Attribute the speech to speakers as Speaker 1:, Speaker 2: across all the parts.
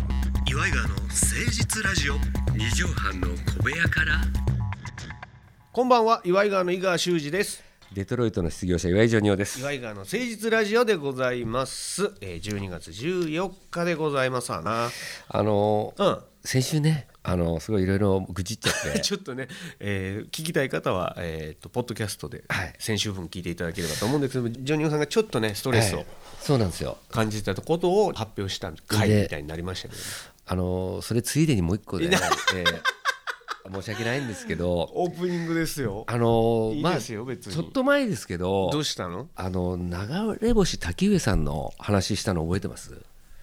Speaker 1: イガーの誠実ラジオ
Speaker 2: 二畳半の小部屋から
Speaker 1: こんばんは岩井川の井川修司です
Speaker 2: デトロイトの失業者岩井ジョニオです
Speaker 1: 岩井川の誠実ラジオでございます、えー、12月14日でございますわな
Speaker 2: あのー
Speaker 1: うん
Speaker 2: 先週ねあのーすごいいろいろ愚痴っちゃっ て
Speaker 1: ちょっとね、えー聞きたい方は、えー、とポッドキャストで
Speaker 2: はい
Speaker 1: 先週分聞いていただければと思うんですけども、ジョニオさんがちょっとねストレス
Speaker 2: は
Speaker 1: を
Speaker 2: いそうなんですよ
Speaker 1: 感じてたことを発表した回みたいになりましたけどね、
Speaker 2: あのーそれついでにもう一個で、えー申し訳ないんです けど
Speaker 1: オープニングですよ
Speaker 2: あのー
Speaker 1: いいですよ
Speaker 2: まあ
Speaker 1: 別に
Speaker 2: ちょっと前ですけど
Speaker 1: どうしたの
Speaker 2: あの流れ星滝上さんの話したの覚えてます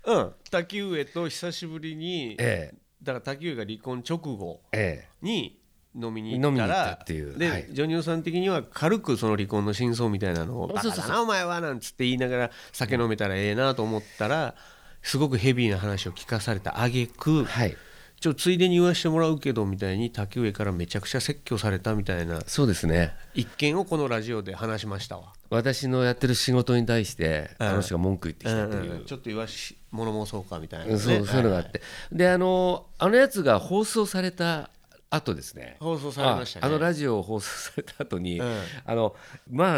Speaker 1: うん滝上と久しぶりに、
Speaker 2: ええ
Speaker 1: だから滝上が離婚直後
Speaker 2: え
Speaker 1: に飲みに行ったら
Speaker 2: 飲みに行ったっていう
Speaker 1: で、
Speaker 2: はい
Speaker 1: ジョニオさん的には軽くその離婚の真相みたいなのを「バカ
Speaker 2: そうそう
Speaker 1: だ
Speaker 2: そう
Speaker 1: なお前は」なんつって言いながら酒飲めたらええなと思ったらすごくヘビーな話を聞かされた挙句
Speaker 2: えはい
Speaker 1: ちょっとついでに言わしてもらうけどみたいに滝上からめちゃくちゃ説教されたみたいな
Speaker 2: そうですね
Speaker 1: 一件をこのラジオで話しましたわ。私
Speaker 2: 私のやってる仕事に対して
Speaker 1: うん
Speaker 2: あの人が文句言ってきたっていう、
Speaker 1: ちょっと言わし物申そうかみたいな、
Speaker 2: うんそうそういうのがあって、であのあのやつが放送された後ですね
Speaker 1: 放送されましたね
Speaker 2: ああのラジオを放送された後に、
Speaker 1: うん
Speaker 2: あのまあ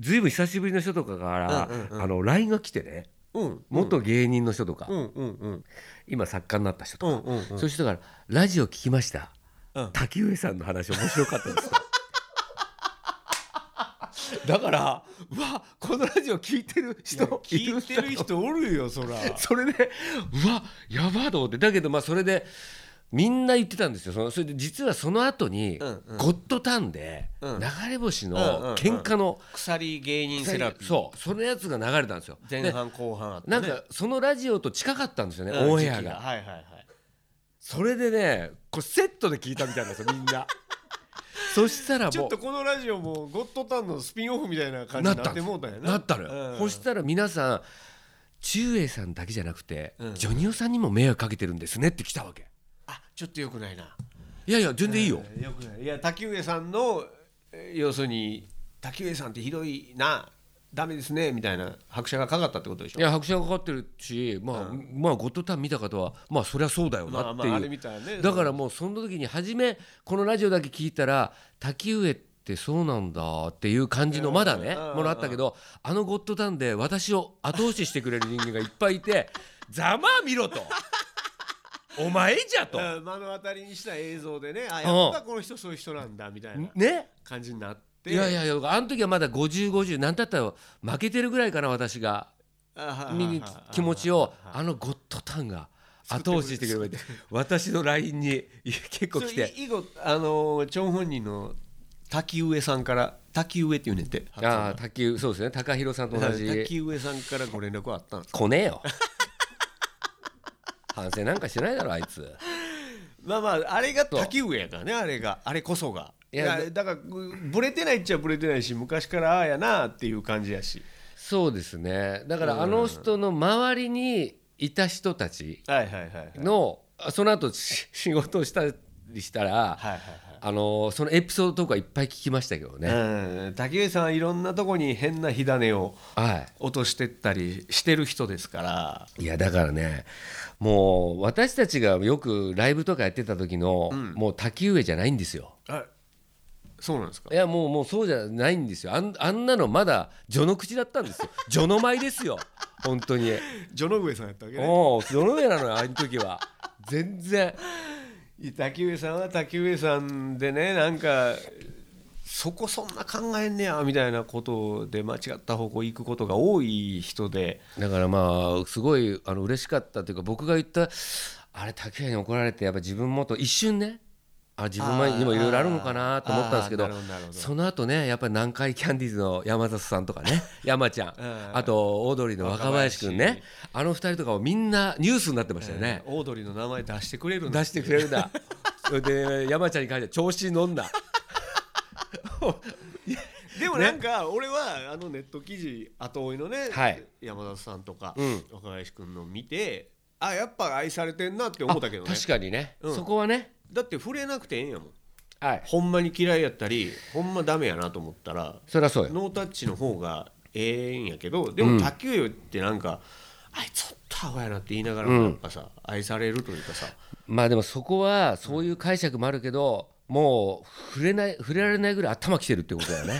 Speaker 2: ずいぶん久しぶりの人とかから、
Speaker 1: うんうんう
Speaker 2: あの LINE が来てね
Speaker 1: うん
Speaker 2: 元芸人の人とか、
Speaker 1: うんうんうん
Speaker 2: 今作家になった人
Speaker 1: う
Speaker 2: と
Speaker 1: ん
Speaker 2: か、
Speaker 1: うんうん
Speaker 2: そういう人から「ラジオ聞きました、
Speaker 1: うん
Speaker 2: 滝上さんの話面白かっ たです」
Speaker 1: だから
Speaker 2: うわこのラジオ聞いてる人
Speaker 1: 聞いてる人おるよそら
Speaker 2: それでうわやばと思ってだけどまあそれでみんな言ってたんですよそのそれで実はその後に「
Speaker 1: うんうん
Speaker 2: ゴッドタン」で
Speaker 1: うん
Speaker 2: 流れ星
Speaker 1: うんうんうん
Speaker 2: の喧嘩の
Speaker 1: 鎖芸人セラピー
Speaker 2: そうそのやつが流れたんですよ
Speaker 1: 前
Speaker 2: で
Speaker 1: 半後半あった
Speaker 2: なん
Speaker 1: ね
Speaker 2: かそのラジオと近かったんですよね
Speaker 1: うん
Speaker 2: オンエア
Speaker 1: 時期
Speaker 2: が
Speaker 1: はいはいはい
Speaker 2: それでねこれセットで聞いたみたいなんですよみ んなそしたら
Speaker 1: ちょ
Speaker 2: も
Speaker 1: っとこのラジオもゴッドタンのスピンオフみたいな
Speaker 2: う
Speaker 1: 感じ
Speaker 2: な
Speaker 1: に
Speaker 2: った
Speaker 1: なっ
Speaker 2: んで
Speaker 1: て
Speaker 2: す
Speaker 1: もうたんやな
Speaker 2: なったの
Speaker 1: う
Speaker 2: よ
Speaker 1: ん
Speaker 2: そしたら皆さん中英さんだけじゃなくて
Speaker 1: うん
Speaker 2: ジョニオさんにも迷惑かけてるんですねって来たわけ
Speaker 1: あちょっとよくないない
Speaker 2: やいや全然いいよ
Speaker 1: うんよくないいや滝上さんのえー要するに滝上さんってひどいなダメですねみたいな拍車がかかったってことでしょ
Speaker 2: いや拍車がかかってるし、まあまあ「ゴッドタン」見た方はまあそりゃそうだよ
Speaker 1: ま
Speaker 2: な
Speaker 1: あ
Speaker 2: っ
Speaker 1: ま
Speaker 2: ていう、
Speaker 1: ああれ見たらね
Speaker 2: だからもうその時に初めこのラジオだけ聞いたら「滝上ってそうなんだ」っていう感じのまだ
Speaker 1: う
Speaker 2: ね
Speaker 1: んうんうん
Speaker 2: ものあったけどあの「ゴッドタン」で私を後押ししてくれる人間がいっぱいいて 「ざまあ見ろ」と 「お前じゃ」と。
Speaker 1: うん目の当たりにした映像でねあやっぱこの人そういう人なんだみたいな
Speaker 2: ね
Speaker 1: 感じになって
Speaker 2: いやいやいやあの時はまだ5050なんだったら負けてるぐらいかな私が見に気持ちをあのゴッドタンが後押ししてくれて 私の LINE にいや結構
Speaker 1: そ
Speaker 2: 来
Speaker 1: れ
Speaker 2: て
Speaker 1: 以後あのー張本人の滝上さんから滝上って言うねんて
Speaker 2: ああ卓球そうですね高弘さんと同じ
Speaker 1: 滝上さんからご連絡はあったんです
Speaker 2: 来ねえよ 反省なんかしないだろあいつ
Speaker 1: まあまああれが
Speaker 2: そう
Speaker 1: 滝上やからねあれがあれこそが
Speaker 2: い
Speaker 1: い
Speaker 2: や
Speaker 1: やだからぐブレてないっちゃブレてないし昔からああやなっていう感じやし
Speaker 2: そうですねだからあの人の周りにいた人たち
Speaker 1: はいはいはいはい
Speaker 2: のあその後し仕事をしたりしたら
Speaker 1: はい
Speaker 2: あのそのエピソードとかいっぱい聞きましたけど
Speaker 1: はい
Speaker 2: ね
Speaker 1: はいうん滝上さんはいろんなとこに変な火種を
Speaker 2: はい
Speaker 1: 落としてったりしてる人ですから
Speaker 2: いやだからねもう私たちがよくライブとかやってた時の、もう滝上じゃないんですよ
Speaker 1: あそうなんですか
Speaker 2: いやもうもうそうじゃないんですよあんあんなのまだ序の口だったんですよ序の舞ですよ本当に
Speaker 1: 序の上さんやったわけね
Speaker 2: もう序の上なのよあの時は全然
Speaker 1: 滝上さんは滝上さんでねなんかそこそんな考えんねやみたいなことで間違った方向行くことが多い人で
Speaker 2: だからまあすごいあの嬉しかったというか僕が言ったあれ滝上に怒られてやっぱ自分もと一瞬ねあ自分前にもいろいろあるのかなと思ったんですけ
Speaker 1: あ
Speaker 2: ど
Speaker 1: ーなるほどなるほど
Speaker 2: その後ねやっぱり南海キャンディーズの山里さんとか ね山ちゃん
Speaker 1: うん
Speaker 2: あとオードリーの若林君
Speaker 1: 若
Speaker 2: ねあの二人とかもみんなニュースになってましたよね。
Speaker 1: オードリーの名前出してくれるんだ
Speaker 2: 出してくれ るなそれで山ちゃんに関しては調子乗んな
Speaker 1: でもなんか俺はあのネット記事後追いのね、
Speaker 2: はい
Speaker 1: 山田さんとか、
Speaker 2: うん
Speaker 1: 若林君の見てあやっぱ愛されてんなって思ったけどね
Speaker 2: 確かにね、
Speaker 1: うん
Speaker 2: そこはね
Speaker 1: だって触れなくてええんやもん
Speaker 2: はい
Speaker 1: ほんまに嫌いやったりほんまダメやなと思ったら
Speaker 2: そりゃそうよ
Speaker 1: ノータッチの方がええんやけどで
Speaker 2: う
Speaker 1: も
Speaker 2: ん
Speaker 1: 卓球よってなんか、あいつほんとったアホやなって言いながら
Speaker 2: うん
Speaker 1: もやっぱさ、愛されるというかさ
Speaker 2: まあでもそこはそういう解釈もあるけど、もう触れない触れられないぐらい頭きてるってことだよね。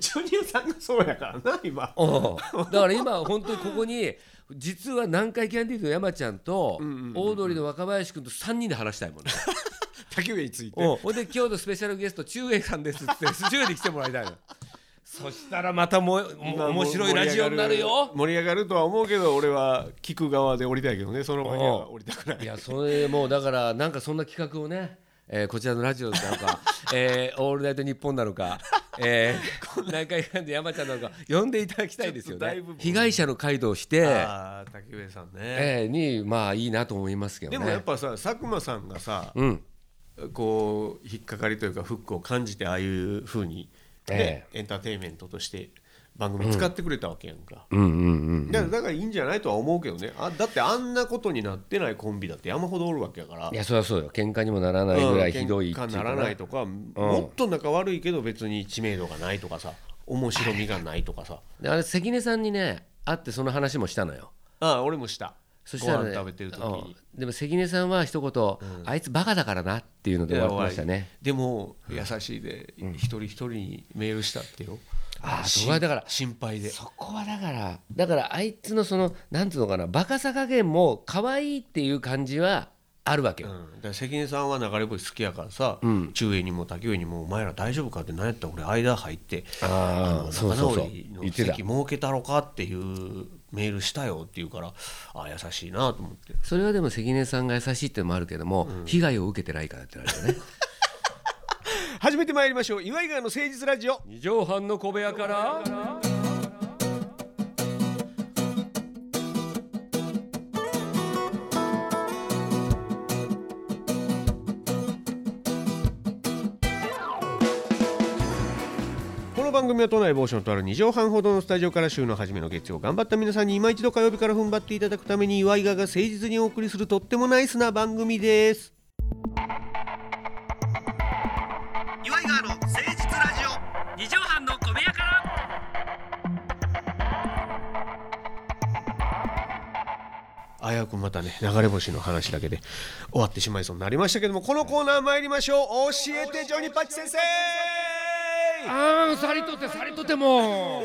Speaker 1: ジョニーさんが そうやからな今
Speaker 2: おうだから今本当にここに実は南海キャンディーズの山ちゃんとオ
Speaker 1: んうんうんうん
Speaker 2: ードリーの若林君と3人で話したいもんね。
Speaker 1: 竹上について
Speaker 2: おうほんで今日のスペシャルゲスト中英さんですっつって中英に来てもらいたいの。そしたらまたも
Speaker 1: ま
Speaker 2: も
Speaker 1: あ
Speaker 2: 面白いラジオになるよ。
Speaker 1: 盛り上がるとは思うけど俺は聞く側で降りたいけどねその場には降りたくない
Speaker 2: いやそれもうだからなんかそんな企画をね、えーこちらのラジオな のか、えーオールナイトニッポンなのか、えー、南海キャンディーズ山ちゃんなのか呼んでいただきたいですよ
Speaker 1: ちょっとだ
Speaker 2: ね
Speaker 1: いぶ。
Speaker 2: 被害者の回答をして。
Speaker 1: あー竹上さんね、
Speaker 2: ええにまあいいなと思いますけどね。
Speaker 1: でもやっぱさ佐久間さんがさ、
Speaker 2: うん
Speaker 1: こう引っかかりというかフックを感じてああいうふうに、ねエンターテインメントとして番組使ってくれたわけやんか、
Speaker 2: うんうんうん。
Speaker 1: だからだからいいんじゃないとは思うけどねあだってあんなことになってないコンビだって山ほどおるわけやから
Speaker 2: いやそりゃそうよ喧嘩にもならないぐらいひどいって
Speaker 1: う
Speaker 2: い
Speaker 1: ん喧
Speaker 2: うか
Speaker 1: 嘩ならないとか、もっと仲悪いけど別に知名度がないとかさ面白みがないとかさ
Speaker 2: であれ関根さんにね会ってその話もしたのよ
Speaker 1: ああ俺もした
Speaker 2: そしたら、
Speaker 1: ご
Speaker 2: ね、
Speaker 1: 飯食べてる時に
Speaker 2: うんでも関根さんは一言、あいつバカだからな」っていうので終わってましたね
Speaker 1: でも優しいで一人一人にメールしたってよ、
Speaker 2: ああそこはだから
Speaker 1: 心配で
Speaker 2: そこはだからだからあいつのそのなんつうのかなバカさ加減も可愛いっていう感じはあるわけ
Speaker 1: う
Speaker 2: よ、
Speaker 1: ん、だから関根さんは流れ星好きやからさ、中英にも竹上にも「お前ら大丈夫か?」って何やったら俺間入って
Speaker 2: ああ
Speaker 1: の
Speaker 2: そうそうそう
Speaker 1: 仲直り
Speaker 2: 言
Speaker 1: の
Speaker 2: ってた
Speaker 1: 席設けたろかっていうメールしたよって言うからああ優しいなと思って
Speaker 2: それはでも関根さんが優しいってのもあるけども、被害を受けてないからってなるよね
Speaker 1: 始めてまいりましょう岩井川の誠実ラジオ
Speaker 2: 二畳半の小部屋から。
Speaker 1: この番組は都内某所のとある2畳半ほどのスタジオから週の初めの月曜頑張った皆さんに今一度火曜日から踏ん張っていただくために岩井川が誠実にお送りするとってもナイスな番組です
Speaker 2: 岩井川の誠実ラジオ。二畳半の小部屋から。
Speaker 1: 危うくまたね流れ星の話だけで終わってしまいそうになりましたけどもこのコーナー参りましょう教えてジョニパッチ先生
Speaker 2: ああ、さりとって、さりとっても。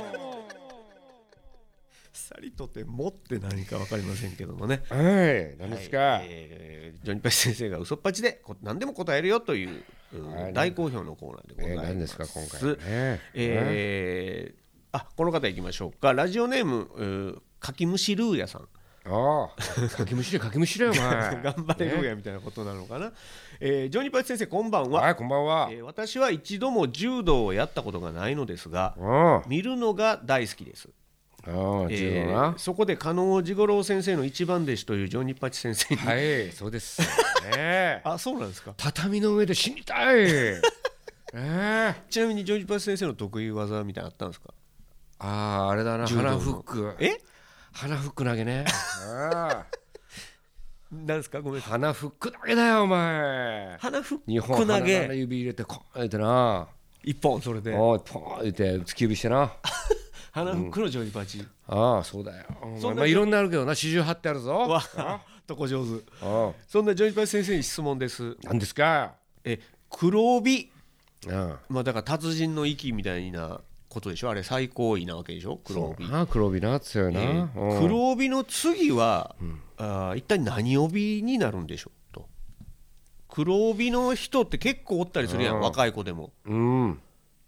Speaker 1: さりとて「も」って何か分かりませんけどもね
Speaker 2: はい、何ですか。
Speaker 1: えージョニパッチ先生が嘘っぱちでこ何でも答えるよという、うん
Speaker 2: はい
Speaker 1: 大好評のコーナーでござい
Speaker 2: えー、
Speaker 1: ます、
Speaker 2: 何ですか、今回はね。え
Speaker 1: えーあこの方いきましょうかラジオネームうーかきむしルーヤさん
Speaker 2: ー、ああ、かきむしれ、かきむしれ、お 前。
Speaker 1: 頑張れルーヤみたいなことなのかな、えージョニパッチ先生こんばんは
Speaker 2: はい、こんばんは。
Speaker 1: えー私は一度も柔道をやったことがないのですが
Speaker 2: うん、あ
Speaker 1: 見るのが大好きです、
Speaker 2: あ、
Speaker 1: え
Speaker 2: 柔
Speaker 1: ー
Speaker 2: 道な。
Speaker 1: そこで加納治五郎先生の一番弟子というジョニーパッチ先生に、
Speaker 2: はい、そう です。ね。
Speaker 1: あそうなんですか
Speaker 2: 畳の上で死に たい。ええ。
Speaker 1: ちなみにジョニーパッチ先生の得意技みたいなのあったんですか
Speaker 2: ああ、あれだな、
Speaker 1: 柔道の
Speaker 2: 鼻フック。
Speaker 1: え
Speaker 2: 鼻フック投げ ね。ああ
Speaker 1: なんですかごめんなさい
Speaker 2: 鼻フック投げだよ、お前。
Speaker 1: 鼻フ
Speaker 2: 日
Speaker 1: ッ
Speaker 2: 本
Speaker 1: ク
Speaker 2: 鼻
Speaker 1: 投
Speaker 2: から
Speaker 1: げ
Speaker 2: 指入れて、こうやってな。
Speaker 1: 一本それで
Speaker 2: おい、ポーン言って、突き指してな。
Speaker 1: 鼻フックのジョニーパッチ、
Speaker 2: ああ、そうだよ。お前
Speaker 1: そんな
Speaker 2: まあ、いろんなあるけどな、四十八ってあるぞ
Speaker 1: わ。あとこ上手
Speaker 2: うん。
Speaker 1: そんなジョニーパッチ先生に質問です
Speaker 2: なんですか。
Speaker 1: え黒帯
Speaker 2: うん。
Speaker 1: まあだから達人の域みたいなことでしょあれ最高位なわけでしょ黒帯
Speaker 2: ああ、黒帯な、強いな。
Speaker 1: えー
Speaker 2: うん
Speaker 1: 黒帯の次は、あー一体何帯になるんでしょうと黒帯の人って結構おったりするやん、
Speaker 2: うん
Speaker 1: 若い子でも
Speaker 2: うん。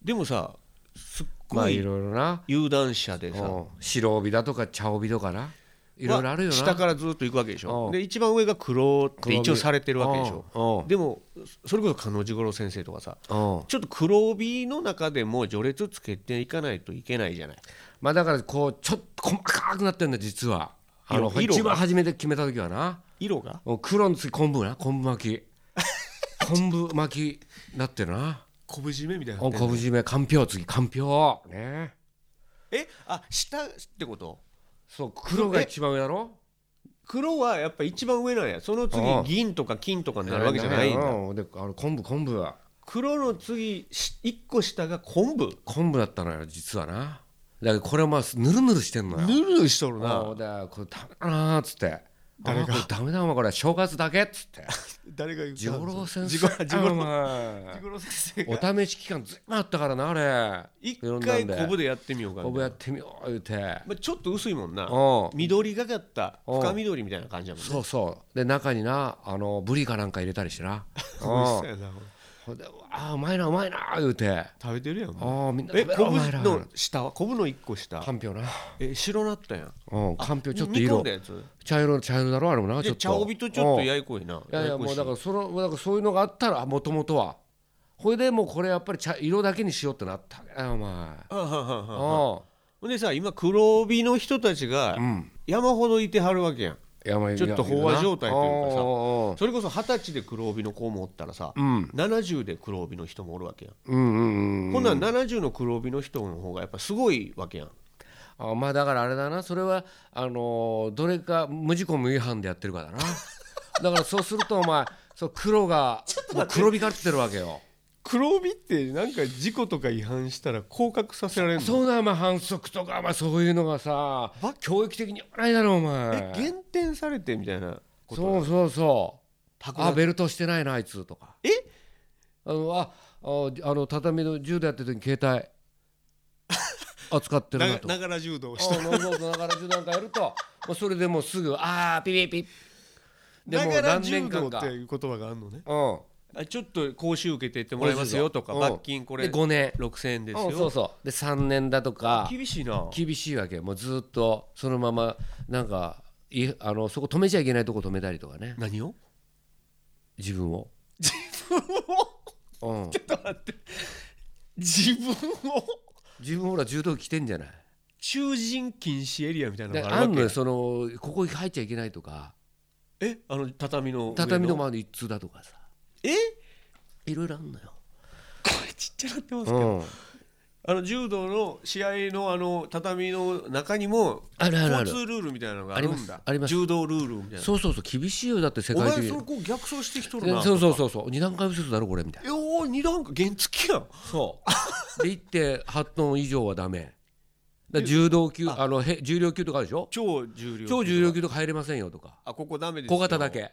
Speaker 1: でもさすっ
Speaker 2: ま
Speaker 1: ご
Speaker 2: あ、い
Speaker 1: い
Speaker 2: ろいろな。
Speaker 1: 有段者でさ、
Speaker 2: うん白帯だとか、茶帯とかな。いろいろあるよな。
Speaker 1: 下からずっと行くわけでしょ、
Speaker 2: うん
Speaker 1: で一番上が黒って一応されてるわけでしょ、
Speaker 2: ょ
Speaker 1: でもそれこそ加納治五郎先生とかさ
Speaker 2: うん。うん。
Speaker 1: ちょっと黒帯の中でも序列つけていかないといけないじゃない
Speaker 2: まあだからこうちょっと細かくなってんだ実はあの
Speaker 1: 色色が
Speaker 2: 一番初めて決めた時はな
Speaker 1: 色が
Speaker 2: もう黒の次昆布な昆 布巻き昆布巻きなってるな
Speaker 1: 昆布締めみたいにな
Speaker 2: お
Speaker 1: ってんの
Speaker 2: 昆布締めかんぴょう次かんぴょうね
Speaker 1: えあ下ってこと
Speaker 2: そう黒が一番上だろ
Speaker 1: 黒はやっぱ一番上なんやその次
Speaker 2: うん
Speaker 1: 銀とか金とかになるわけじゃないんだ
Speaker 2: うんであの昆布昆布は
Speaker 1: 黒の次し一個下が昆布
Speaker 2: 昆布だったのよ実はなだからこれはまあぬるぬるしてんのよ
Speaker 1: ぬるぬるしとる
Speaker 2: も
Speaker 1: な
Speaker 2: うだからこれダメだなーっつって
Speaker 1: 誰が
Speaker 2: あーこれダメだお前これ正月だけっつ って
Speaker 1: 誰が言った
Speaker 2: 十郎先生
Speaker 1: ジゴジゴ
Speaker 2: お
Speaker 1: ロ
Speaker 2: 前
Speaker 1: ジゴロ先生が
Speaker 2: お試し期間ずいぶんあったからなあれ
Speaker 1: 一
Speaker 2: いろんなん
Speaker 1: 回
Speaker 2: で
Speaker 1: コブでやってみようか
Speaker 2: こぶやってみよう言うて
Speaker 1: まあ、ちょっと薄いもんな
Speaker 2: うん
Speaker 1: 緑がかった
Speaker 2: うん
Speaker 1: 深緑みたいな感じやもんね
Speaker 2: そうそうで中になあのブリかなんか入れたりしてなうん
Speaker 1: 美味しそうやなこれ
Speaker 2: ほんであーうまいなうまいな言うてあ
Speaker 1: 食べてるやんもう
Speaker 2: ーみんな
Speaker 1: え
Speaker 2: 食べろ
Speaker 1: コ
Speaker 2: う
Speaker 1: ブ
Speaker 2: まいな
Speaker 1: の下はコブの一個下
Speaker 2: かんぴょうな
Speaker 1: え白なったやん
Speaker 2: うんかんぴょうちょっと
Speaker 1: 煮込
Speaker 2: 色
Speaker 1: んだやつ
Speaker 2: 茶色茶色だろあれもなちょ
Speaker 1: で
Speaker 2: っと
Speaker 1: 茶帯とちょっとややこいな
Speaker 2: うんいやいや
Speaker 1: こ
Speaker 2: も
Speaker 1: し
Speaker 2: うだからそのだからそういうのがあったらもともとはほいでもうこれやっぱり茶色だけにしようってなったわけだよお前
Speaker 1: あはははは
Speaker 2: あ
Speaker 1: ほんでさ今黒帯の人たちが
Speaker 2: ん
Speaker 1: 山ほどいてはるわけやん
Speaker 2: やばい
Speaker 1: ちょっと飽和状態というかさ
Speaker 2: う
Speaker 1: それこそ二十歳で黒帯の子もおったらさ
Speaker 2: うん
Speaker 1: 70で黒帯の人もおるわけやん
Speaker 2: うんうんうんう
Speaker 1: ほん
Speaker 2: ん
Speaker 1: なら70の黒帯の人の方がやっぱすごいわけやん
Speaker 2: あまあだからあれだなそれはあのーどれか無事故無違反でやってる からなだからそうするとお前そう黒がもう黒光ってるわけよ
Speaker 1: 黒帯ってなんか事故とか違反したら降格させられるの
Speaker 2: そうだよお前反則とか、まあ、そういうのがさ
Speaker 1: ば
Speaker 2: 教育的に合わないだろお
Speaker 1: え
Speaker 2: 前
Speaker 1: 減点されてみたいなこと
Speaker 2: そうそうそう
Speaker 1: 剥奪
Speaker 2: あベルトしてないなあいつとか
Speaker 1: え
Speaker 2: あのあああの畳の柔道やってる時に携帯扱ってるなとか
Speaker 1: ながら柔道
Speaker 2: あノーゴールドながら柔道なんかやるともうそれでもうすぐああピピピで
Speaker 1: な
Speaker 2: も
Speaker 1: が
Speaker 2: う
Speaker 1: ら
Speaker 2: 何
Speaker 1: 柔
Speaker 2: 年
Speaker 1: 道
Speaker 2: 間
Speaker 1: って
Speaker 2: か
Speaker 1: いう言葉があるのね
Speaker 2: うん
Speaker 1: あちょっと講習受けてってもらいますよとか
Speaker 2: うん
Speaker 1: 罰金これ
Speaker 2: で5年
Speaker 1: 6000円です
Speaker 2: うんそう
Speaker 1: よ
Speaker 2: そうで3年だとか
Speaker 1: 厳しいな
Speaker 2: 厳しいわけよもうずっとそのままなんかいあのそこ止めちゃいけないとこ止めたりとかね
Speaker 1: 何を
Speaker 2: 自分を
Speaker 1: 自分を
Speaker 2: うん
Speaker 1: ちょっと待って自分を
Speaker 2: 自分ほら柔道着てんじゃない
Speaker 1: 中人禁止エリアみたいな
Speaker 2: で
Speaker 1: のが
Speaker 2: あ
Speaker 1: ある
Speaker 2: んの
Speaker 1: わ
Speaker 2: よ
Speaker 1: け
Speaker 2: そのここ入っちゃいけないとか
Speaker 1: えあの畳の上
Speaker 2: 畳の前で一通だとかさ
Speaker 1: え
Speaker 2: いろいろあんのよ、
Speaker 1: これちっちゃなってますけどあの柔道の試合のあの畳の中にも
Speaker 2: あるあるあ
Speaker 1: 交通
Speaker 2: る
Speaker 1: ルールみたいなのがあるんだ
Speaker 2: ありますあります
Speaker 1: 柔道ルールみたいな
Speaker 2: そうそうそう厳しいよだって世
Speaker 1: お
Speaker 2: 界的
Speaker 1: 前
Speaker 2: に
Speaker 1: そこ逆走してきとる
Speaker 2: で
Speaker 1: な
Speaker 2: そうそうそうそう二段階右折だろこれみたいな
Speaker 1: えおー二段階原付きやん
Speaker 2: そう で1.8トン以上はダメだ柔道級あのへ重量級とかあるでしょ
Speaker 1: 超重量
Speaker 2: 超重量級とか入れませんよとか
Speaker 1: あここダメですよ
Speaker 2: 小型だけ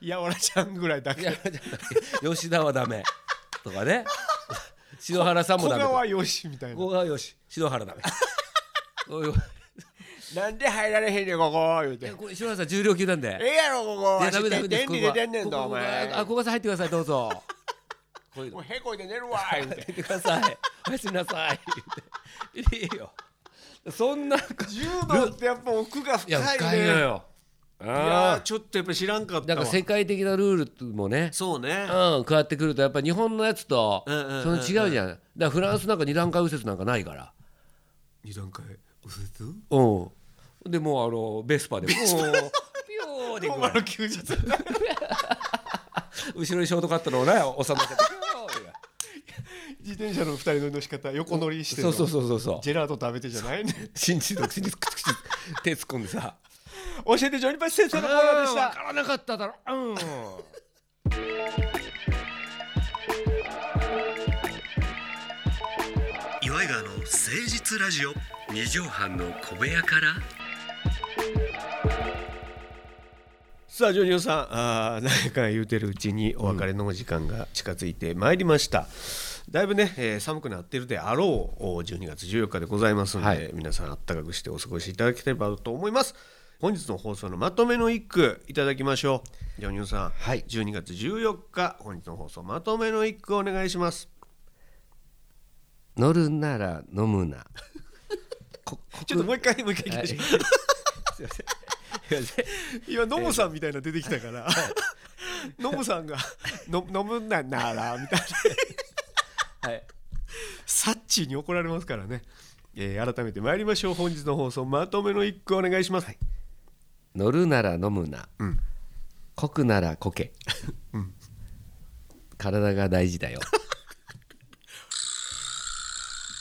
Speaker 1: やわらちゃんぐらいだ
Speaker 2: い
Speaker 1: け
Speaker 2: やじゃあ吉田はダメとか ね篠原さんも
Speaker 1: 小
Speaker 2: ダメとか
Speaker 1: 川よしみたいな
Speaker 2: 小川よし篠原ダメおいおい
Speaker 1: なんで入られへんねんここ言う
Speaker 2: い
Speaker 1: て
Speaker 2: やこれ篠原さん重量級なんで
Speaker 1: ええやろここ
Speaker 2: いやダメダメで
Speaker 1: 電
Speaker 2: す。ここ
Speaker 1: 気
Speaker 2: は
Speaker 1: 出てんねんぞお前
Speaker 2: ここはあ、ここさん入ってください。どうぞ。こういう
Speaker 1: もう
Speaker 2: の。
Speaker 1: へこいで寝るわ言う
Speaker 2: 入
Speaker 1: て
Speaker 2: ってください。 おやすみなさい。いいよ。そんな。い
Speaker 1: 柔道ってやっぱ奥が深い
Speaker 2: や、
Speaker 1: ね
Speaker 2: 深いのよ。
Speaker 1: いや
Speaker 2: あ
Speaker 1: ーちょっとやっぱ知らんかっ
Speaker 2: あ。
Speaker 1: た
Speaker 2: なん
Speaker 1: わ
Speaker 2: か世界的なルールもね。
Speaker 1: そうね
Speaker 2: うん、変わってくるとやっぱ日本のやつとそ
Speaker 1: うんうんうんうん
Speaker 2: の違うじゃんだからフランスなんか二段階右折なんかないから
Speaker 1: 二段階おせつ
Speaker 2: うんでもうあのベスパでもうピヨーで行
Speaker 1: お
Speaker 2: くか
Speaker 1: 前
Speaker 2: ら
Speaker 1: の休日
Speaker 2: 後ろにショートカットのね収まってピヨーで
Speaker 1: 自転車の二人乗りの仕方横乗りしてん
Speaker 2: そ
Speaker 1: の
Speaker 2: うそうそうそうそう
Speaker 1: ジェラート食べてじゃないね
Speaker 2: 新地独身に口口手突っ込んでさ
Speaker 1: 教えてジョニパチ先生のコーナーでし
Speaker 2: わ
Speaker 1: た
Speaker 2: からなかっただろうん
Speaker 1: 岩井川の誠実ラジオ
Speaker 2: 二畳半の小部屋から
Speaker 1: さあジョニオさんあー何か言うてるうちにお別れのお時間が近づいてまいりました、だいぶね、えー寒くなってるであろうお12月14日でございますので、
Speaker 2: はい
Speaker 1: 皆さんあったかくしてお過ごしいただければと思います本日の放送のまとめの一句いただきましょうジョニオさん、
Speaker 2: はい
Speaker 1: 12月14日本日の放送まとめの一句お願いします
Speaker 2: 乗るなら飲むな
Speaker 1: ちょっともう一回もう一回行きましょう、 今ノムさんみたいなの出てきたから、ノムさんが「の飲むんななら」みたいな
Speaker 2: はい
Speaker 1: サッチーに怒られますからね、えー改めて参りましょう本日の放送まとめの一句お願いします、
Speaker 2: 乗るなら飲むな
Speaker 1: うん
Speaker 2: こくならこけ体が大事だよ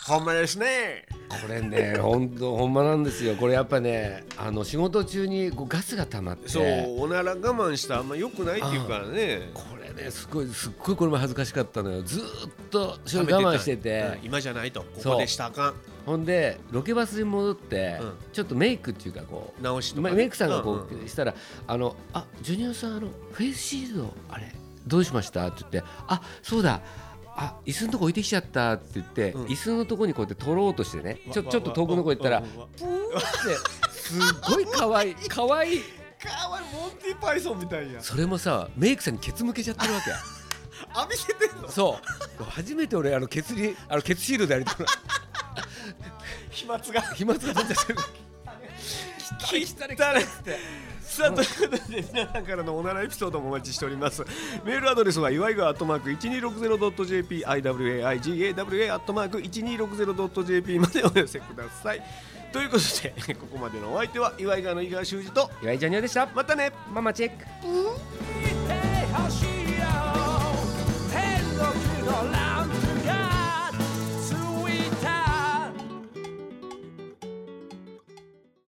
Speaker 1: ほんまですね
Speaker 2: これ ね本当ほんまなんですよこれやっぱねあの仕事中にこうガスが溜まって
Speaker 1: そう、おなら我慢したらあんま良くないっていうからね
Speaker 2: これねすごいすっごいこれも恥ずかしかったのよずーっとそれ
Speaker 1: 食べた
Speaker 2: 我慢してて
Speaker 1: うん今じゃないとこ
Speaker 2: そ
Speaker 1: こ
Speaker 2: う
Speaker 1: でしたらあかん
Speaker 2: ほんでロケバスに戻って、
Speaker 1: うん
Speaker 2: ちょっとメイクっていうかこう
Speaker 1: 直しとか
Speaker 2: メ
Speaker 1: ね、
Speaker 2: メイクさんがこう、
Speaker 1: んん
Speaker 2: したら「あのあジュニアさんあのフェイスシールドあれどうしました?」って言って「あそうだあ椅子のとこ置いてきちゃった」って言って、
Speaker 1: うん
Speaker 2: 椅子のとこにこうやって取ろうとしてねちょ
Speaker 1: わわ
Speaker 2: ちょっと遠くのとこ行ったら
Speaker 1: わ
Speaker 2: プ
Speaker 1: わわわ
Speaker 2: ーってすっごい可愛い可愛い
Speaker 1: かわいいモンティパイソンみたいや
Speaker 2: それもさメイクさんにケツ向けちゃってるわけや
Speaker 1: 浴びせてんの
Speaker 2: そう初めて俺あのケツにあのケツシールドやりたら
Speaker 1: 飛沫が
Speaker 2: 飛沫が飛んじゃってる
Speaker 1: 汚い汚いさあということで皆さんからのおならエピソードもお待ちしておりますメールアドレスは祝いがアットマーク 1260.jp iwaigawa アットマーク 1260.jp までお寄せくださいということでここまでのお相手は祝いがの井川修司と
Speaker 2: 岩井ジャニアでした
Speaker 1: またね
Speaker 2: ママチェック
Speaker 1: ブー